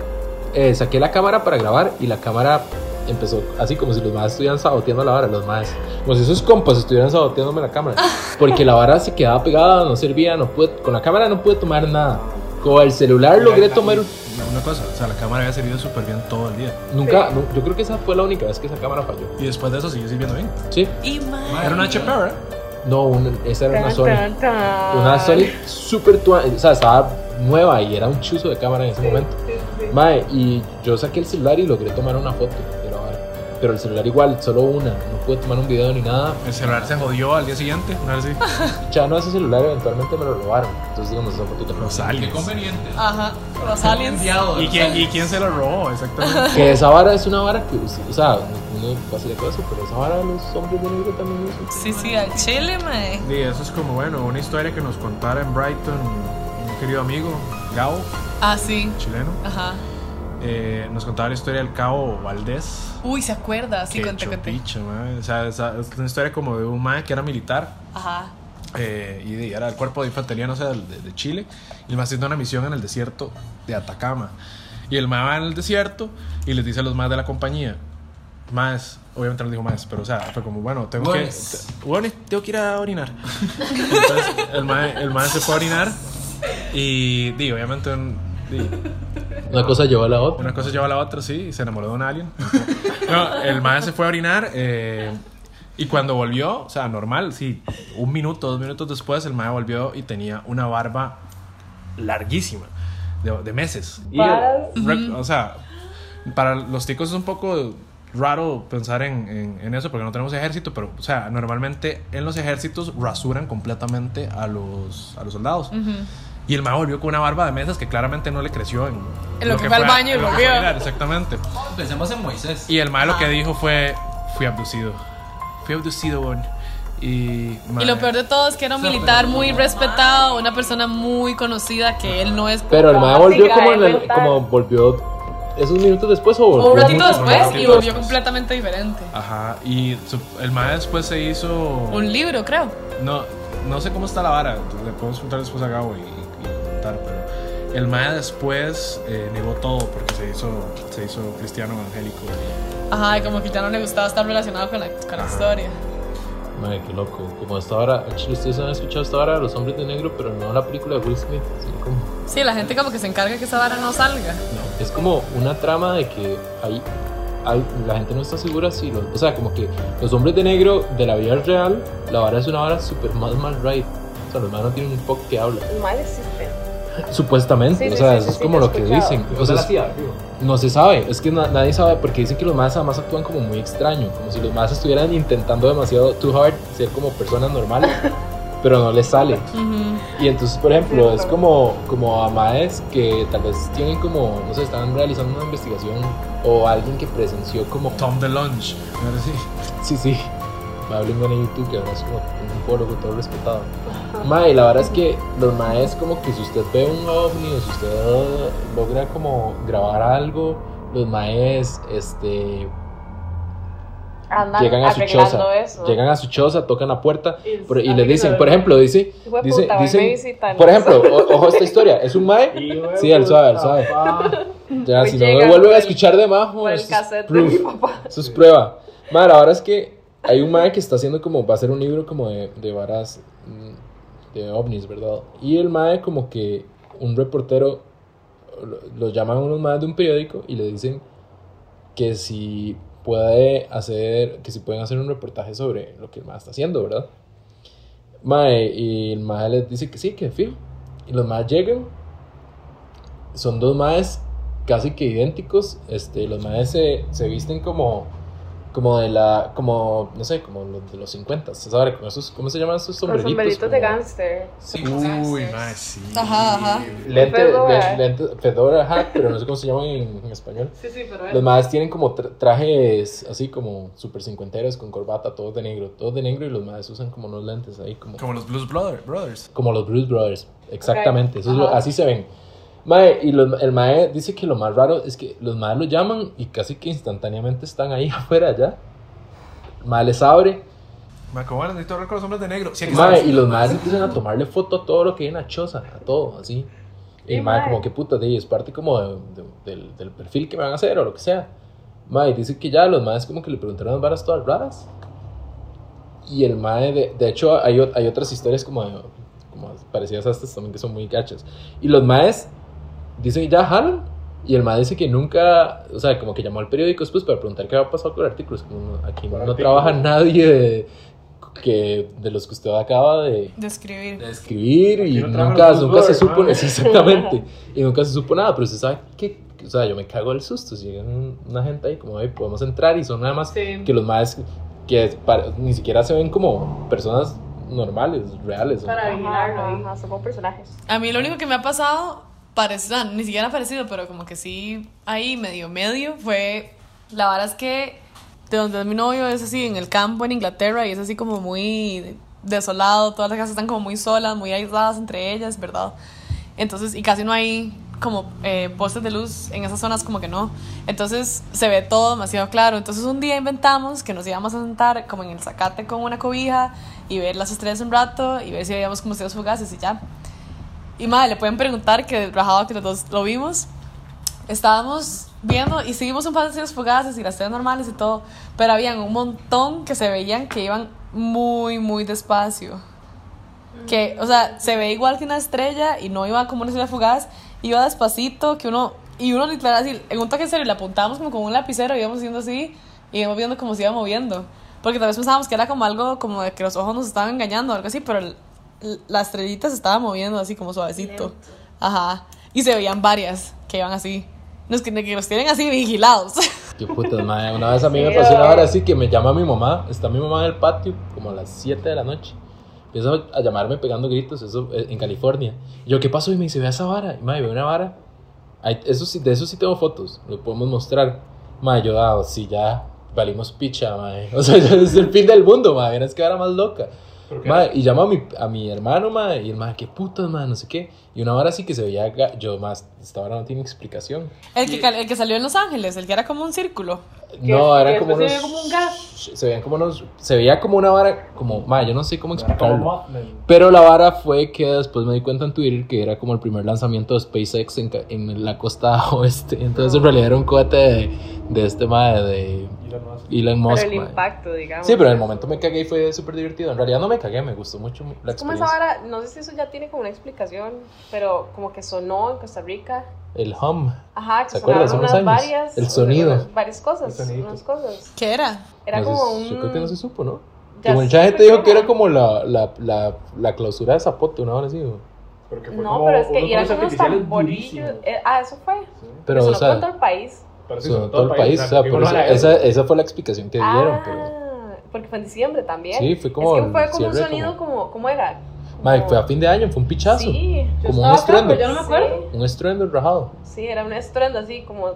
Speaker 3: eh, saqué la cámara para grabar y la cámara empezó así como si los más estuvieran saboteando la vara, los más, como si esos compas estuvieran saboteándome la cámara, porque la vara se quedaba pegada, no servía, no pude, con la cámara no pude tomar nada. Con el celular logré tomar un-
Speaker 2: Una- Una cosa, o sea, la cámara había servido súper bien todo el día.
Speaker 3: nunca, nu- yo creo que esa fue la única vez que esa cámara falló.
Speaker 2: Y después de eso siguió sirviendo bien.
Speaker 3: Sí,
Speaker 1: Y ma.
Speaker 2: Era una HP, ¿verdad?
Speaker 3: no, un- esa era una
Speaker 5: tan,
Speaker 3: Sony.
Speaker 5: tan, tan.
Speaker 3: Una Sony super tua, o sea, estaba nueva y era un chuzo de cámara en ese este momento.
Speaker 5: Sí, sí.
Speaker 3: Mae, y yo saqué el celular y logré tomar una foto, pero, pero el celular igual, solo una, no pude tomar un video ni nada.
Speaker 2: El celular se jodió al día siguiente. A
Speaker 6: <laughs>
Speaker 2: ver si.
Speaker 3: Ya no ese celular eventualmente me lo robaron, entonces digamos esa foto
Speaker 2: Los
Speaker 3: también.
Speaker 6: Qué
Speaker 2: aliens.
Speaker 6: conveniente.
Speaker 1: Ajá. Los aliens.
Speaker 2: ¿Y quién, ¿Y quién se lo robó
Speaker 1: <laughs>
Speaker 2: exactamente?
Speaker 3: Que esa vara es una vara que, o sea, uno vacila con eso, pero esa vara de los hombres de negro también es
Speaker 1: Sí, sí, al chile, ma.
Speaker 2: Sí, eso es como, bueno, una historia que nos contara en Brighton un querido amigo, Gao,
Speaker 1: Ah, sí.
Speaker 2: chileno.
Speaker 1: Ajá.
Speaker 2: Eh, nos contaba la historia del cabo Valdés.
Speaker 1: Uy, se acuerda. Sí,
Speaker 2: que
Speaker 1: conté, conté.
Speaker 2: chopicho, mae. O sea, esa- es una historia como de un mae que era militar.
Speaker 1: Ajá.
Speaker 2: eh, y de- era el cuerpo de infantería, no sé, del- de, de Chile, y más haciendo una misión en el desierto de Atacama. Y el mae va en el desierto y les dice a los más de la compañía. Más, obviamente no dijo más, pero o sea, fue como, bueno, tengo
Speaker 6: Hueones.
Speaker 2: que. Hueones, tengo que ir a orinar. Entonces, el mae, el mae se fue a orinar y, di, obviamente, un- di,
Speaker 3: Una cosa lleva a la otra.
Speaker 2: una cosa lleva a la otra, sí, y se enamoró de un alien. <laughs> No, el mae se fue a orinar eh, y cuando volvió, o sea, normal, sí, un minuto, dos minutos después, el mae volvió y tenía una barba larguísima, de, de meses. Y,
Speaker 5: Varas.
Speaker 2: re- O sea, para los ticos es un poco raro pensar en, en- en eso porque no tenemos ejército, pero, o sea, normalmente en los ejércitos rasuran completamente a los, a los soldados. Y el mae volvió con una barba de mesas que claramente no le creció en,
Speaker 1: En lo que fue al
Speaker 2: a-
Speaker 1: baño y
Speaker 2: en lo que
Speaker 1: volvió. Ah.
Speaker 2: fue a bailar, exactamente.
Speaker 6: Pensemos en Moisés.
Speaker 2: Y el mae lo que dijo fue: Fui abducido. Fui abducido, weón. Y,
Speaker 1: Y lo peor de todo es que era un militar muy respetado, una persona muy conocida que él no es.
Speaker 3: Pero el mae
Speaker 5: Ah,
Speaker 3: volvió
Speaker 5: sí,
Speaker 3: como, en el-
Speaker 5: mental.
Speaker 3: como volvió esos minutos después o volvió.
Speaker 1: O un ratito
Speaker 3: mucho-
Speaker 1: después y
Speaker 2: ratito
Speaker 1: volvió
Speaker 2: después.
Speaker 1: completamente diferente.
Speaker 2: Ajá. Y su- el mae después se hizo.
Speaker 1: Un libro, creo.
Speaker 2: No, no sé cómo está la vara. Le podemos preguntar después a Gabo y, y contar, pero. El mae después eh, negó todo porque se hizo, se hizo cristiano evangélico.
Speaker 1: Ajá, y como que ya no le gustaba estar relacionado con la, con la historia.
Speaker 3: Mae, qué loco. Como hasta ahora, al chile, ustedes han escuchado hasta ahora Los Hombres de Negro, pero no la película de Will Smith. sino como-
Speaker 1: Sí, la gente como que se encarga que esa vara no salga.
Speaker 3: es como una trama de que hay, hay- la gente no está segura si los, o sea como que los hombres de negro de la vida real la vara es una vara super más mal right o sea los manos tienen un poco que habla
Speaker 5: Los maes existen.
Speaker 3: <laughs> supuestamente
Speaker 5: Sí, sí,
Speaker 3: o sea
Speaker 5: sí,
Speaker 3: eso
Speaker 5: sí,
Speaker 3: es
Speaker 5: sí,
Speaker 3: como
Speaker 5: lo he
Speaker 3: lo que
Speaker 5: escuchado.
Speaker 3: dicen o sea, es- no se sabe es que na- nadie sabe porque dicen que los más además actúan como muy extraño como si los más estuvieran intentando demasiado too hard ser como personas normales
Speaker 5: <laughs>
Speaker 3: pero no les sale
Speaker 1: Ujú.
Speaker 3: y entonces, por ejemplo, es como, como a maes que tal vez tienen como, no sé, están realizando una investigación o alguien que presenció como...
Speaker 2: Tom de Lunch. Ahora sí.
Speaker 3: Sí, sí, me hablen en YouTube, que ahora es como un fólogo todo respetado. Mae, la verdad es que los maes como que si usted ve un ovni o si usted logra como grabar algo, los maes, este,
Speaker 5: Andan
Speaker 3: llegan a su
Speaker 5: arreglando
Speaker 3: choza,
Speaker 5: eso.
Speaker 3: llegan a su choza, tocan la puerta
Speaker 5: Y-
Speaker 3: por- y, le
Speaker 5: arreglan.
Speaker 3: dicen, por ejemplo, dice,
Speaker 5: Hijo de
Speaker 3: dice,
Speaker 5: puta, ven, me
Speaker 3: dicen,
Speaker 5: visitan.
Speaker 3: por ejemplo, o- ojo esta historia, es un mae, sí, el suave, el suave, ya,
Speaker 5: Pues
Speaker 3: si no
Speaker 5: llega
Speaker 3: lo vuelven
Speaker 5: por
Speaker 3: a
Speaker 5: el-
Speaker 3: escuchar de majo,
Speaker 5: Por el
Speaker 3: eso es
Speaker 5: cassette de mi
Speaker 3: proof,
Speaker 5: <laughs> papá.
Speaker 3: eso es prueba, mae, la verdad es que hay un mae que está haciendo como, va a hacer un libro como de, de varas, mm, de ovnis, ¿verdad? Y el mae como que un reportero, lo, lo llaman unos maes de un periódico y le dicen que si puede hacer, que si pueden hacer un reportaje sobre lo que el mae está haciendo, ¿verdad? Mae, y el mae les dice que sí, que fijo. Y los maes llegan. Son dos maes casi que idénticos. Este, los maes se, se visten como como de la como no sé, como los de los 50, ¿sabes? Con esos ¿cómo se llaman esos
Speaker 5: Con
Speaker 3: sombreritos?
Speaker 5: sombreritos de
Speaker 3: Como
Speaker 5: gánster.
Speaker 2: Uy, mae, sí.
Speaker 1: Ajá, ajá.
Speaker 3: Lente,
Speaker 5: Fedora.
Speaker 3: le- lente- fedora hat, pero no sé cómo se llaman en, en español.
Speaker 5: Sí, sí, pero
Speaker 3: Los maes tienen como tra- trajes así como super cincuenteros con corbata, todos de negro, todos de negro y los maes usan como unos lentes ahí como
Speaker 2: Como los Blues Brother- Brothers.
Speaker 3: Como los Blues Brothers, exactamente. eso es lo-
Speaker 5: Ajá.
Speaker 3: así se ven. Mae, y los- el Mae dice que lo más raro es que los Maes lo llaman y casi que instantáneamente están ahí <laughs> afuera ya. El Mae les abre.
Speaker 2: Mae, ¿cómo van a necesitar hablar con los hombres de negro? Sí, aquí
Speaker 3: Mae,
Speaker 2: estamos.
Speaker 3: y los Maes empiezan a tomarle foto a todo lo que hay en la choza, a todo, así. Y
Speaker 5: Y
Speaker 3: el Mae,
Speaker 5: mae.
Speaker 3: como que puta, de ahí, es parte como de- de- del, del perfil que me van a hacer o lo que sea. Mae, dice que ya los Maes como que le preguntaron unas varas todas raras. Y el mae, de, de hecho, hay, o- hay otras historias como, de- como parecidas a estas también que son muy gachas. Y los maes dicen, ya jalan. Y el mae dice que nunca, o sea, como que llamó al periódico después para preguntar qué había pasado con el artículo. Es como, no, aquí no,
Speaker 6: artículo.
Speaker 3: trabaja nadie de, que, de los que usted acaba de
Speaker 1: Describir.
Speaker 3: escribir
Speaker 2: Aquí
Speaker 3: y
Speaker 2: no trabajan
Speaker 3: nunca,
Speaker 2: los
Speaker 3: nunca se
Speaker 2: Bluebirds,
Speaker 3: supo,
Speaker 2: mae.
Speaker 3: <laughs> exactamente, y nunca se supo nada, pero usted sabe que, o sea, yo me cago del susto, si llega un- una gente ahí como, "Ey, podemos entrar y son nada más
Speaker 5: Sí.
Speaker 3: que los más que es para- ni siquiera se ven como personas normales, reales. ¿no?
Speaker 5: Para vigilarlo.
Speaker 4: ajá,
Speaker 5: Ajá, somos personajes.
Speaker 1: A mí lo único que me ha pasado, parece, ah, ni siquiera ha parecido, pero como que sí, ahí medio medio, fue, la verdad es que de donde es mi novio es así, en el campo en Inglaterra, y es así como muy desolado, todas las casas están como muy solas, muy aisladas entre ellas, ¿verdad? Entonces, y casi no hay como eh, postes de luz en esas zonas, como que no. Entonces se ve todo demasiado claro. Entonces un día inventamos que nos íbamos a sentar como en el zacate con una cobija y ver las estrellas un rato y ver si veíamos como estrellas fugaces y ya. Y madre, le pueden preguntar que rajado que los dos lo vimos. estábamos viendo y seguimos un par de series fugaces y las series normales y todo, pero habían un montón que se veían que iban muy, muy despacio. Que, o sea, se ve igual que una estrella y no iba como una estrella fugaz, iba despacito, que uno, y uno literal así, en un toque serio, le apuntábamos como con un lapicero, íbamos haciendo así y íbamos viendo cómo se iba moviendo. Porque tal vez pensábamos que era como algo como de que los ojos nos estaban engañando, algo así, pero el- la estrellita se estaba moviendo así como suavecito.
Speaker 5: Lento.
Speaker 1: Ajá. Y se veían varias que iban así. Los que, que los tienen así vigilados. <laughs>
Speaker 3: Qué puta madre. Una vez a mí me
Speaker 5: Sí,
Speaker 3: pasó una
Speaker 5: ah.
Speaker 3: hora así que me llama mi mamá. Está mi mamá en el patio, como a las 7 de la noche. Empieza a llamarme pegando gritos, eso eh, en California. Y yo, ¿qué pasó? Y me dice, ve a esa vara. Y madre, veo una vara. Ahí- eso sí, de eso sí tengo fotos, lo podemos mostrar. Madre, yo, ah, sí, ya valimos picha, madre. <laughs> O sea, ya es el fin del mundo, madre. No es que vara más loca. Madre, y llama a mi, a mi hermano, madre. Y el madre, qué putas, madre, no sé qué. Y una vara así que se veía, ga- yo, más, esta vara no tiene explicación.
Speaker 1: El que, cal- el que salió en Los Ángeles, el que era como un círculo.
Speaker 5: Que-
Speaker 3: No, era
Speaker 5: que
Speaker 3: como
Speaker 5: después
Speaker 3: unos.
Speaker 5: se veía como un gas.
Speaker 3: Se veían como unos. Se veía como una vara. Como. Ma, yo no sé cómo explicarlo.
Speaker 6: Mothman.
Speaker 3: Pero la vara fue que después me di cuenta en Twitter que era como el primer lanzamiento de SpaceX en, ca- en la costa <laughs> oeste. Entonces
Speaker 5: Ah.
Speaker 3: en realidad era un cohete de, de este madre de
Speaker 6: Elon Musk.
Speaker 3: Elon
Speaker 5: Pero
Speaker 3: Musk.
Speaker 5: el
Speaker 3: ma.
Speaker 5: impacto, digamos.
Speaker 3: Sí, pero en el momento me cagué y fue súper divertido. En realidad no me cagué, me gustó mucho la
Speaker 5: Como esa
Speaker 3: experiencia.
Speaker 5: vara, no sé si eso ya tiene como una explicación, pero como que sonó en Costa Rica.
Speaker 3: El hum.
Speaker 5: Ajá, que
Speaker 3: ¿Se acuerdan?
Speaker 5: sonaron
Speaker 3: Hace unos
Speaker 5: unas
Speaker 3: años.
Speaker 5: varias.
Speaker 3: El sonido.
Speaker 5: unas- Varias cosas,
Speaker 6: El sonidito.
Speaker 5: unas cosas.
Speaker 1: ¿Qué era?
Speaker 5: Era
Speaker 3: No sé,
Speaker 5: como un...
Speaker 3: Yo creo que no se supo, ¿no?
Speaker 5: ya
Speaker 3: Que
Speaker 5: sé,
Speaker 3: mucha gente
Speaker 5: fue
Speaker 3: dijo que era como la, la, la, la clausura de Zapote, una hora así. ¿no?
Speaker 6: Porque fue
Speaker 5: No,
Speaker 6: como
Speaker 5: pero es que
Speaker 6: unos
Speaker 5: y eran
Speaker 6: fuegos
Speaker 5: como unos
Speaker 6: artificiales
Speaker 5: tamborillos.
Speaker 6: durísimos.
Speaker 5: Eh, ah, eso fue.
Speaker 3: Pero, o
Speaker 5: sonó por
Speaker 3: sea,
Speaker 5: todo el país.
Speaker 6: Pero sí,
Speaker 3: sobre Pues todo el país. O sea,
Speaker 6: que
Speaker 3: por
Speaker 6: uno
Speaker 3: eso-
Speaker 6: la-
Speaker 3: esa, esa fue la explicación que dieron.
Speaker 5: ah,
Speaker 3: Pero,
Speaker 5: porque fue en diciembre también.
Speaker 3: sí, fue como.
Speaker 5: es que fue
Speaker 3: el
Speaker 5: como un
Speaker 3: cierre,
Speaker 5: sonido
Speaker 3: como-
Speaker 5: como... ¿Cómo era?
Speaker 3: Madre,
Speaker 5: Como-
Speaker 3: fue a fin de año, fue un pichazo.
Speaker 5: Sí, yo
Speaker 3: como un
Speaker 5: estaba acá,
Speaker 3: estruendo.
Speaker 5: pero yo no me acuerdo.
Speaker 3: Un estruendo rajado.
Speaker 5: Sí, era un estruendo así como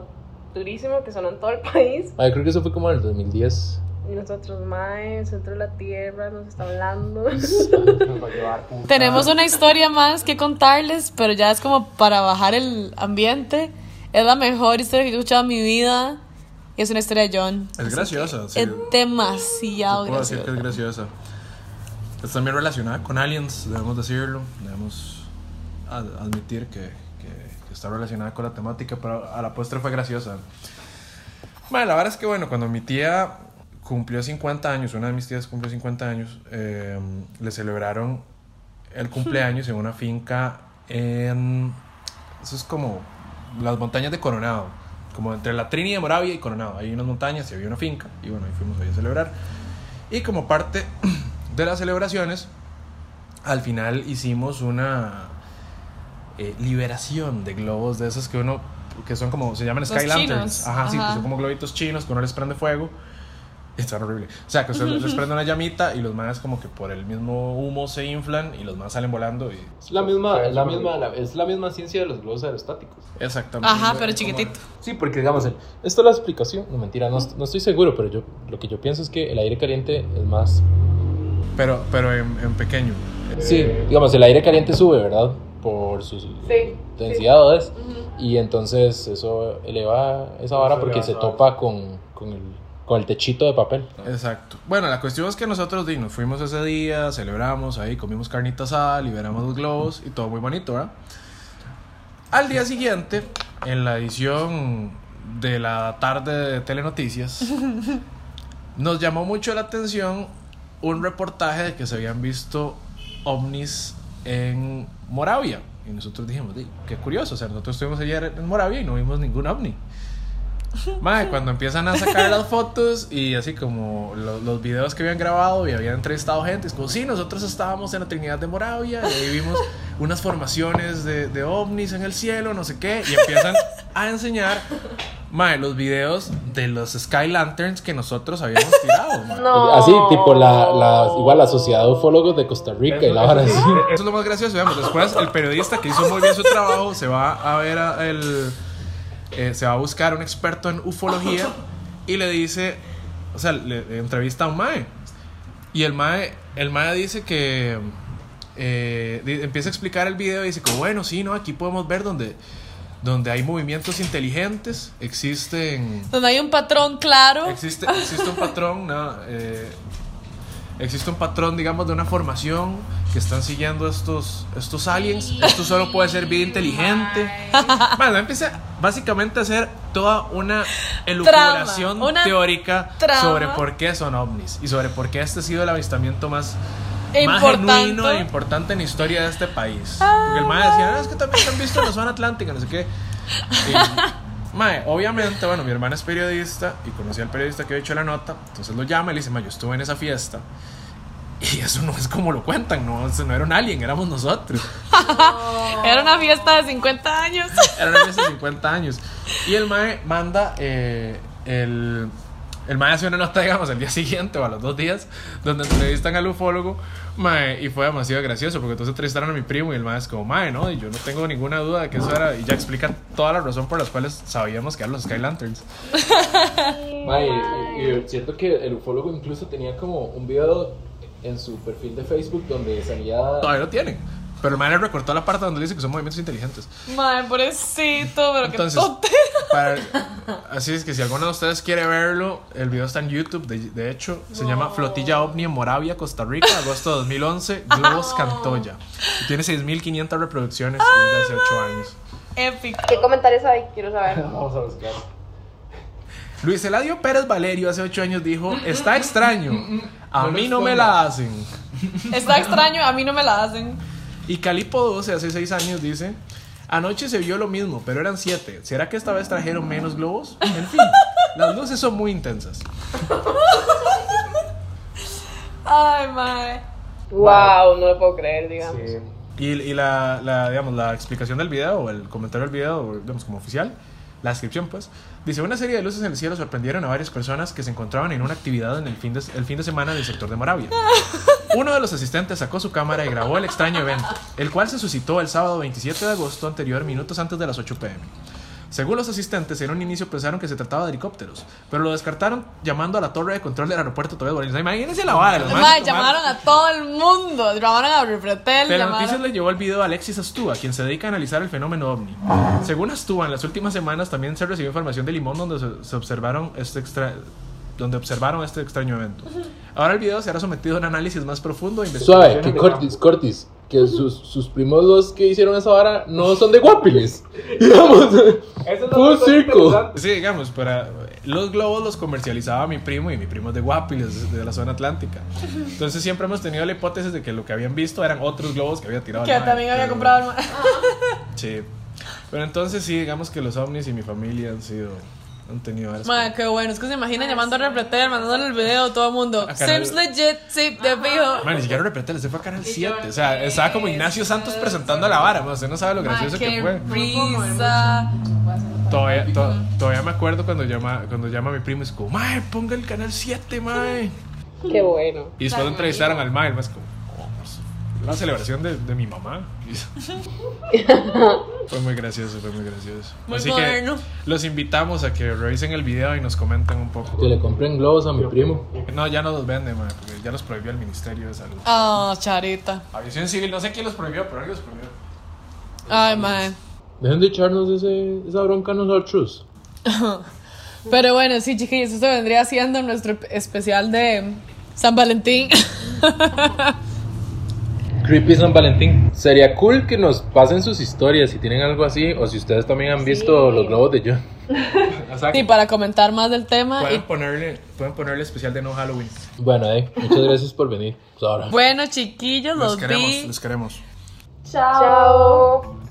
Speaker 5: durísimo que sonó en todo el país.
Speaker 3: Madre, creo que eso fue como en el <laughs> 2010.
Speaker 5: Y nosotros, mae, el centro de la tierra nos está
Speaker 3: <laughs>
Speaker 5: hablando.
Speaker 6: nos va a llevar, puta.
Speaker 1: Tenemos una historia más que contarles, pero ya es como para bajar el ambiente. Es la mejor historia que he escuchado en mi vida. Y es una historia de John.
Speaker 2: Es graciosa, sí.
Speaker 1: Es demasiado
Speaker 2: Puedo decir que
Speaker 1: graciosa.
Speaker 2: es graciosa. Es también relacionada con aliens, debemos decirlo. Debemos ad- admitir que, que- que está relacionada con la temática, pero a la postre fue graciosa. Bueno, la verdad es que, bueno, cuando mi tía cumplió 50 años, una de mis tías cumplió 50 años, eh, le celebraron el cumpleaños en una finca en. Eso es como las montañas de Coronado, como entre la Trini de Moravia y Coronado. Hay unas montañas y había una finca, y bueno, ahí fuimos ahí a celebrar. Y como parte <clears throat> de las celebraciones, al final hicimos una eh, liberación de globos de esos que uno, que son como, se llaman
Speaker 1: Los
Speaker 2: Sky Lanterns.
Speaker 1: chinos,
Speaker 2: Ajá, sí, que
Speaker 1: ajá.
Speaker 2: son como globitos chinos que uno les prende fuego. Está horrible. O sea, que
Speaker 1: <laughs>
Speaker 2: usted les prende una llamita y los manes como que por el mismo humo se inflan y los manes salen volando y...
Speaker 3: Es la misma, es la misma, la- es la misma ciencia de los globos aerostáticos.
Speaker 2: Exactamente.
Speaker 1: Ajá,
Speaker 2: Es
Speaker 1: pero
Speaker 2: como-
Speaker 1: chiquitito.
Speaker 3: Sí, porque digamos, el- esto es la explicación. No, mentira, no, est- no estoy seguro, pero yo lo que yo pienso es que el aire caliente es más.
Speaker 2: Pero, pero en, en pequeño.
Speaker 3: Sí, digamos, el aire caliente sube, ¿verdad? Por su densidad. ¿ves? Y entonces eso eleva esa vara
Speaker 6: Eso
Speaker 3: porque
Speaker 6: eleva
Speaker 3: se
Speaker 6: esa vara.
Speaker 3: topa con, con, el, con el techito de papel.
Speaker 2: Exacto. Bueno, la cuestión es que nosotros di, nos fuimos ese día, celebramos ahí, comimos carnita asada, liberamos los globos y todo muy bonito, ¿verdad? Al día siguiente, en la edición de la tarde
Speaker 1: <laughs>
Speaker 2: de Telenoticias, nos llamó mucho la atención un reportaje de que se habían visto ovnis en Moravia. Y nosotros dijimos, "Di, qué curioso, o sea, nosotros estuvimos ayer en Moravia y no vimos ningún ovni. Mae, cuando empiezan a sacar las fotos y así como lo- los videos que habían grabado y habían entrevistado gente, es como, sí, nosotros estábamos en la Trinidad de Moravia y ahí vimos unas formaciones de, de ovnis en el cielo, no sé qué, y empiezan a enseñar, mae, los videos de los Sky Lanterns que nosotros habíamos tirado, mae.
Speaker 5: No.
Speaker 3: Así, tipo la, la, igual la Sociedad de Ufólogos de Costa Rica y la vara
Speaker 6: Eso- eso
Speaker 3: así.
Speaker 6: sí.
Speaker 2: <laughs> Eso es lo más gracioso, digamos. Después el periodista que hizo muy bien su trabajo se va a ver a el, eh, se va a buscar un experto en ufología y le dice, o sea, le entrevista a un mae. Y el mae, el mae dice que eh, di- empieza a explicar el video y dice como, bueno, sí, no, aquí podemos ver donde donde hay movimientos inteligentes, existen
Speaker 1: Donde hay un patrón claro.
Speaker 2: Existe, existe un patrón, ¿no? Eh, existe un patrón, digamos, de una formación que están siguiendo estos, estos aliens. Esto solo puede ser vida inteligente. Bueno, empieza básicamente hacer toda una elucubración
Speaker 1: Trama, una
Speaker 2: teórica
Speaker 1: trama.
Speaker 2: sobre por qué son ovnis y sobre por qué este ha sido el avistamiento más, más
Speaker 1: Importante.
Speaker 2: genuino e importante en la historia de este país. Porque el mae decía, "Ah, es que también se han visto en la zona atlántica, no sé qué. Y, mae, obviamente, bueno, mi hermana es periodista y conocía al periodista que había hecho la nota, entonces lo llama y le dice, mae, yo estuve en esa fiesta. Y eso no es como lo cuentan, no, no era un alien, éramos nosotros.
Speaker 1: Era una fiesta de 50 años. <laughs>
Speaker 2: Era una vez de 50 años. Y el MAE manda eh, el. El MAE hace una nota, digamos, el día siguiente o a los dos días, donde entrevistan al ufólogo, mae, y fue demasiado gracioso, porque entonces entrevistaron a mi primo y el MAE es como, MAE, ¿no? Y yo no tengo ninguna duda de que eso era, y ya explica toda la razón por las cuales sabíamos que eran los Sky Lanterns.
Speaker 3: Mae, y- y, y siento que el ufólogo incluso tenía como un video en su perfil de Facebook donde salía.
Speaker 2: Todavía lo tienen, pero el MAE le recortó la parte donde dice que son movimientos inteligentes.
Speaker 1: Madre, pobrecito, pero
Speaker 2: Entonces,
Speaker 1: qué tontera.
Speaker 2: <laughs> para- así es que si alguno de ustedes quiere verlo, el video está en YouTube, de, de hecho, se llama Flotilla OVNI en Moravia, Costa Rica, agosto de 2011, Globos Cantoya. Y tiene 6.500 reproducciones desde hace 8 años.
Speaker 1: Épico.
Speaker 5: ¿Qué comentarios hay? Quiero saber.
Speaker 3: <laughs>
Speaker 6: Vamos a buscar.
Speaker 2: Luis Eladio Pérez Valerio hace 8 años dijo, está extraño, a mí no me la hacen.
Speaker 1: Está extraño, a mí no me la hacen.
Speaker 2: Y Calipo 12 hace 6 años dice, anoche se vio lo mismo, pero eran 7. ¿Será que esta vez trajeron menos globos? En fin, las luces son muy intensas.
Speaker 1: Ay, madre.
Speaker 5: Wow, no lo puedo creer, digamos.
Speaker 6: Sí.
Speaker 2: Y, y la, la, digamos, la explicación del video, o el comentario del video, o, digamos, como oficial, la descripción, pues, dice: Una serie de luces en el cielo sorprendieron a varias personas que se encontraban en una actividad en el fin de, el fin de semana del sector de <laughs> Moravia. Uno de los asistentes sacó su cámara y grabó el extraño evento, el cual se suscitó el sábado 27 de agosto anterior, minutos antes de las 8 pm. Según los asistentes, en un inicio pensaron que se trataba de helicópteros, pero lo descartaron llamando a la torre de control del aeropuerto todavía. Bueno, Imagínense la vara. los manes
Speaker 1: Madre,
Speaker 2: tomaron-
Speaker 1: llamaron a todo el mundo. Llamaron a <laughs> Repretel,
Speaker 2: pero Noticias
Speaker 1: llamaron.
Speaker 2: le llevó el video a Alexis Astúa, quien se dedica a analizar el fenómeno ovni. Según Astúa, en las últimas semanas también se recibió información de Limón donde se, se observaron este extra- donde observaron este extraño evento. Ahora el video será sometido a un análisis más profundo e
Speaker 3: Suave,
Speaker 2: investigación.
Speaker 3: que Cortis, Cortis, que sus, sus primos los que hicieron esa vara no son de Guapiles. Digamos,
Speaker 6: Eso es
Speaker 3: Full
Speaker 6: lo más
Speaker 3: circle.
Speaker 6: interesante.
Speaker 2: Sí, digamos, para los globos los comercializaba mi primo y mi primo es de Guapiles, de la zona atlántica. Entonces siempre hemos tenido la hipótesis de que lo que habían visto eran otros globos que había tirado.
Speaker 1: Que
Speaker 2: el mae,
Speaker 1: también había
Speaker 2: pero-
Speaker 1: comprado el ma-
Speaker 2: Sí. Pero entonces sí, digamos que los ovnis y mi familia han sido han tenido varias
Speaker 1: Madre, qué bueno. Es que se imaginan llamando a Repretel, mandándole el video a todo el mundo.
Speaker 2: A Canal-
Speaker 1: Seems legit, sí, te fijo.
Speaker 2: Man, ni siquiera repretel, este fue a Canal 7. O sea, estaba como Ignacio Santos presentando a la vara. man, Usted no sabe lo
Speaker 1: Madre,
Speaker 2: gracioso que
Speaker 1: qué
Speaker 2: fue.
Speaker 1: risa.
Speaker 2: Todavía, to- todavía me acuerdo cuando llama, cuando llama a mi primo y es como, mae, ponga el Canal 7, mae.
Speaker 5: Qué bueno.
Speaker 2: Y después lo entrevistaron al mae, el mae es como, "Oh, pues, la celebración de, de mi mamá. Y- fue muy gracioso, fue muy gracioso.
Speaker 1: Muy
Speaker 2: Así
Speaker 1: moderno.
Speaker 2: que los invitamos a que revisen el video y nos comenten un poco.
Speaker 3: que le compren globos a mi primo.
Speaker 2: No, ya no los venden, mae, porque ya los prohibió el Ministerio de Salud.
Speaker 1: Ah, charita.
Speaker 2: Aviación civil, no sé quién los prohibió, pero alguien los prohibió. <laughs>
Speaker 1: Ay, madre.
Speaker 3: Dejen de echarnos ese, esa bronca a nosotros.
Speaker 1: Pero bueno, sí, chiquillos, eso vendría siendo nuestro especial de San Valentín. <laughs>
Speaker 3: Creepy San Valentín. Sería cool que nos pasen sus historias si tienen algo así o si ustedes también han visto los globos de John.
Speaker 1: Sí, para comentar más del tema.
Speaker 2: Pueden
Speaker 1: Y,
Speaker 2: ponerle, pueden ponerle especial de no Halloween.
Speaker 3: Bueno, eh, muchas gracias por venir. Pues ahora.
Speaker 1: bueno, chiquillos, los,
Speaker 2: queremos,
Speaker 1: vi.
Speaker 2: los queremos.
Speaker 5: Chao.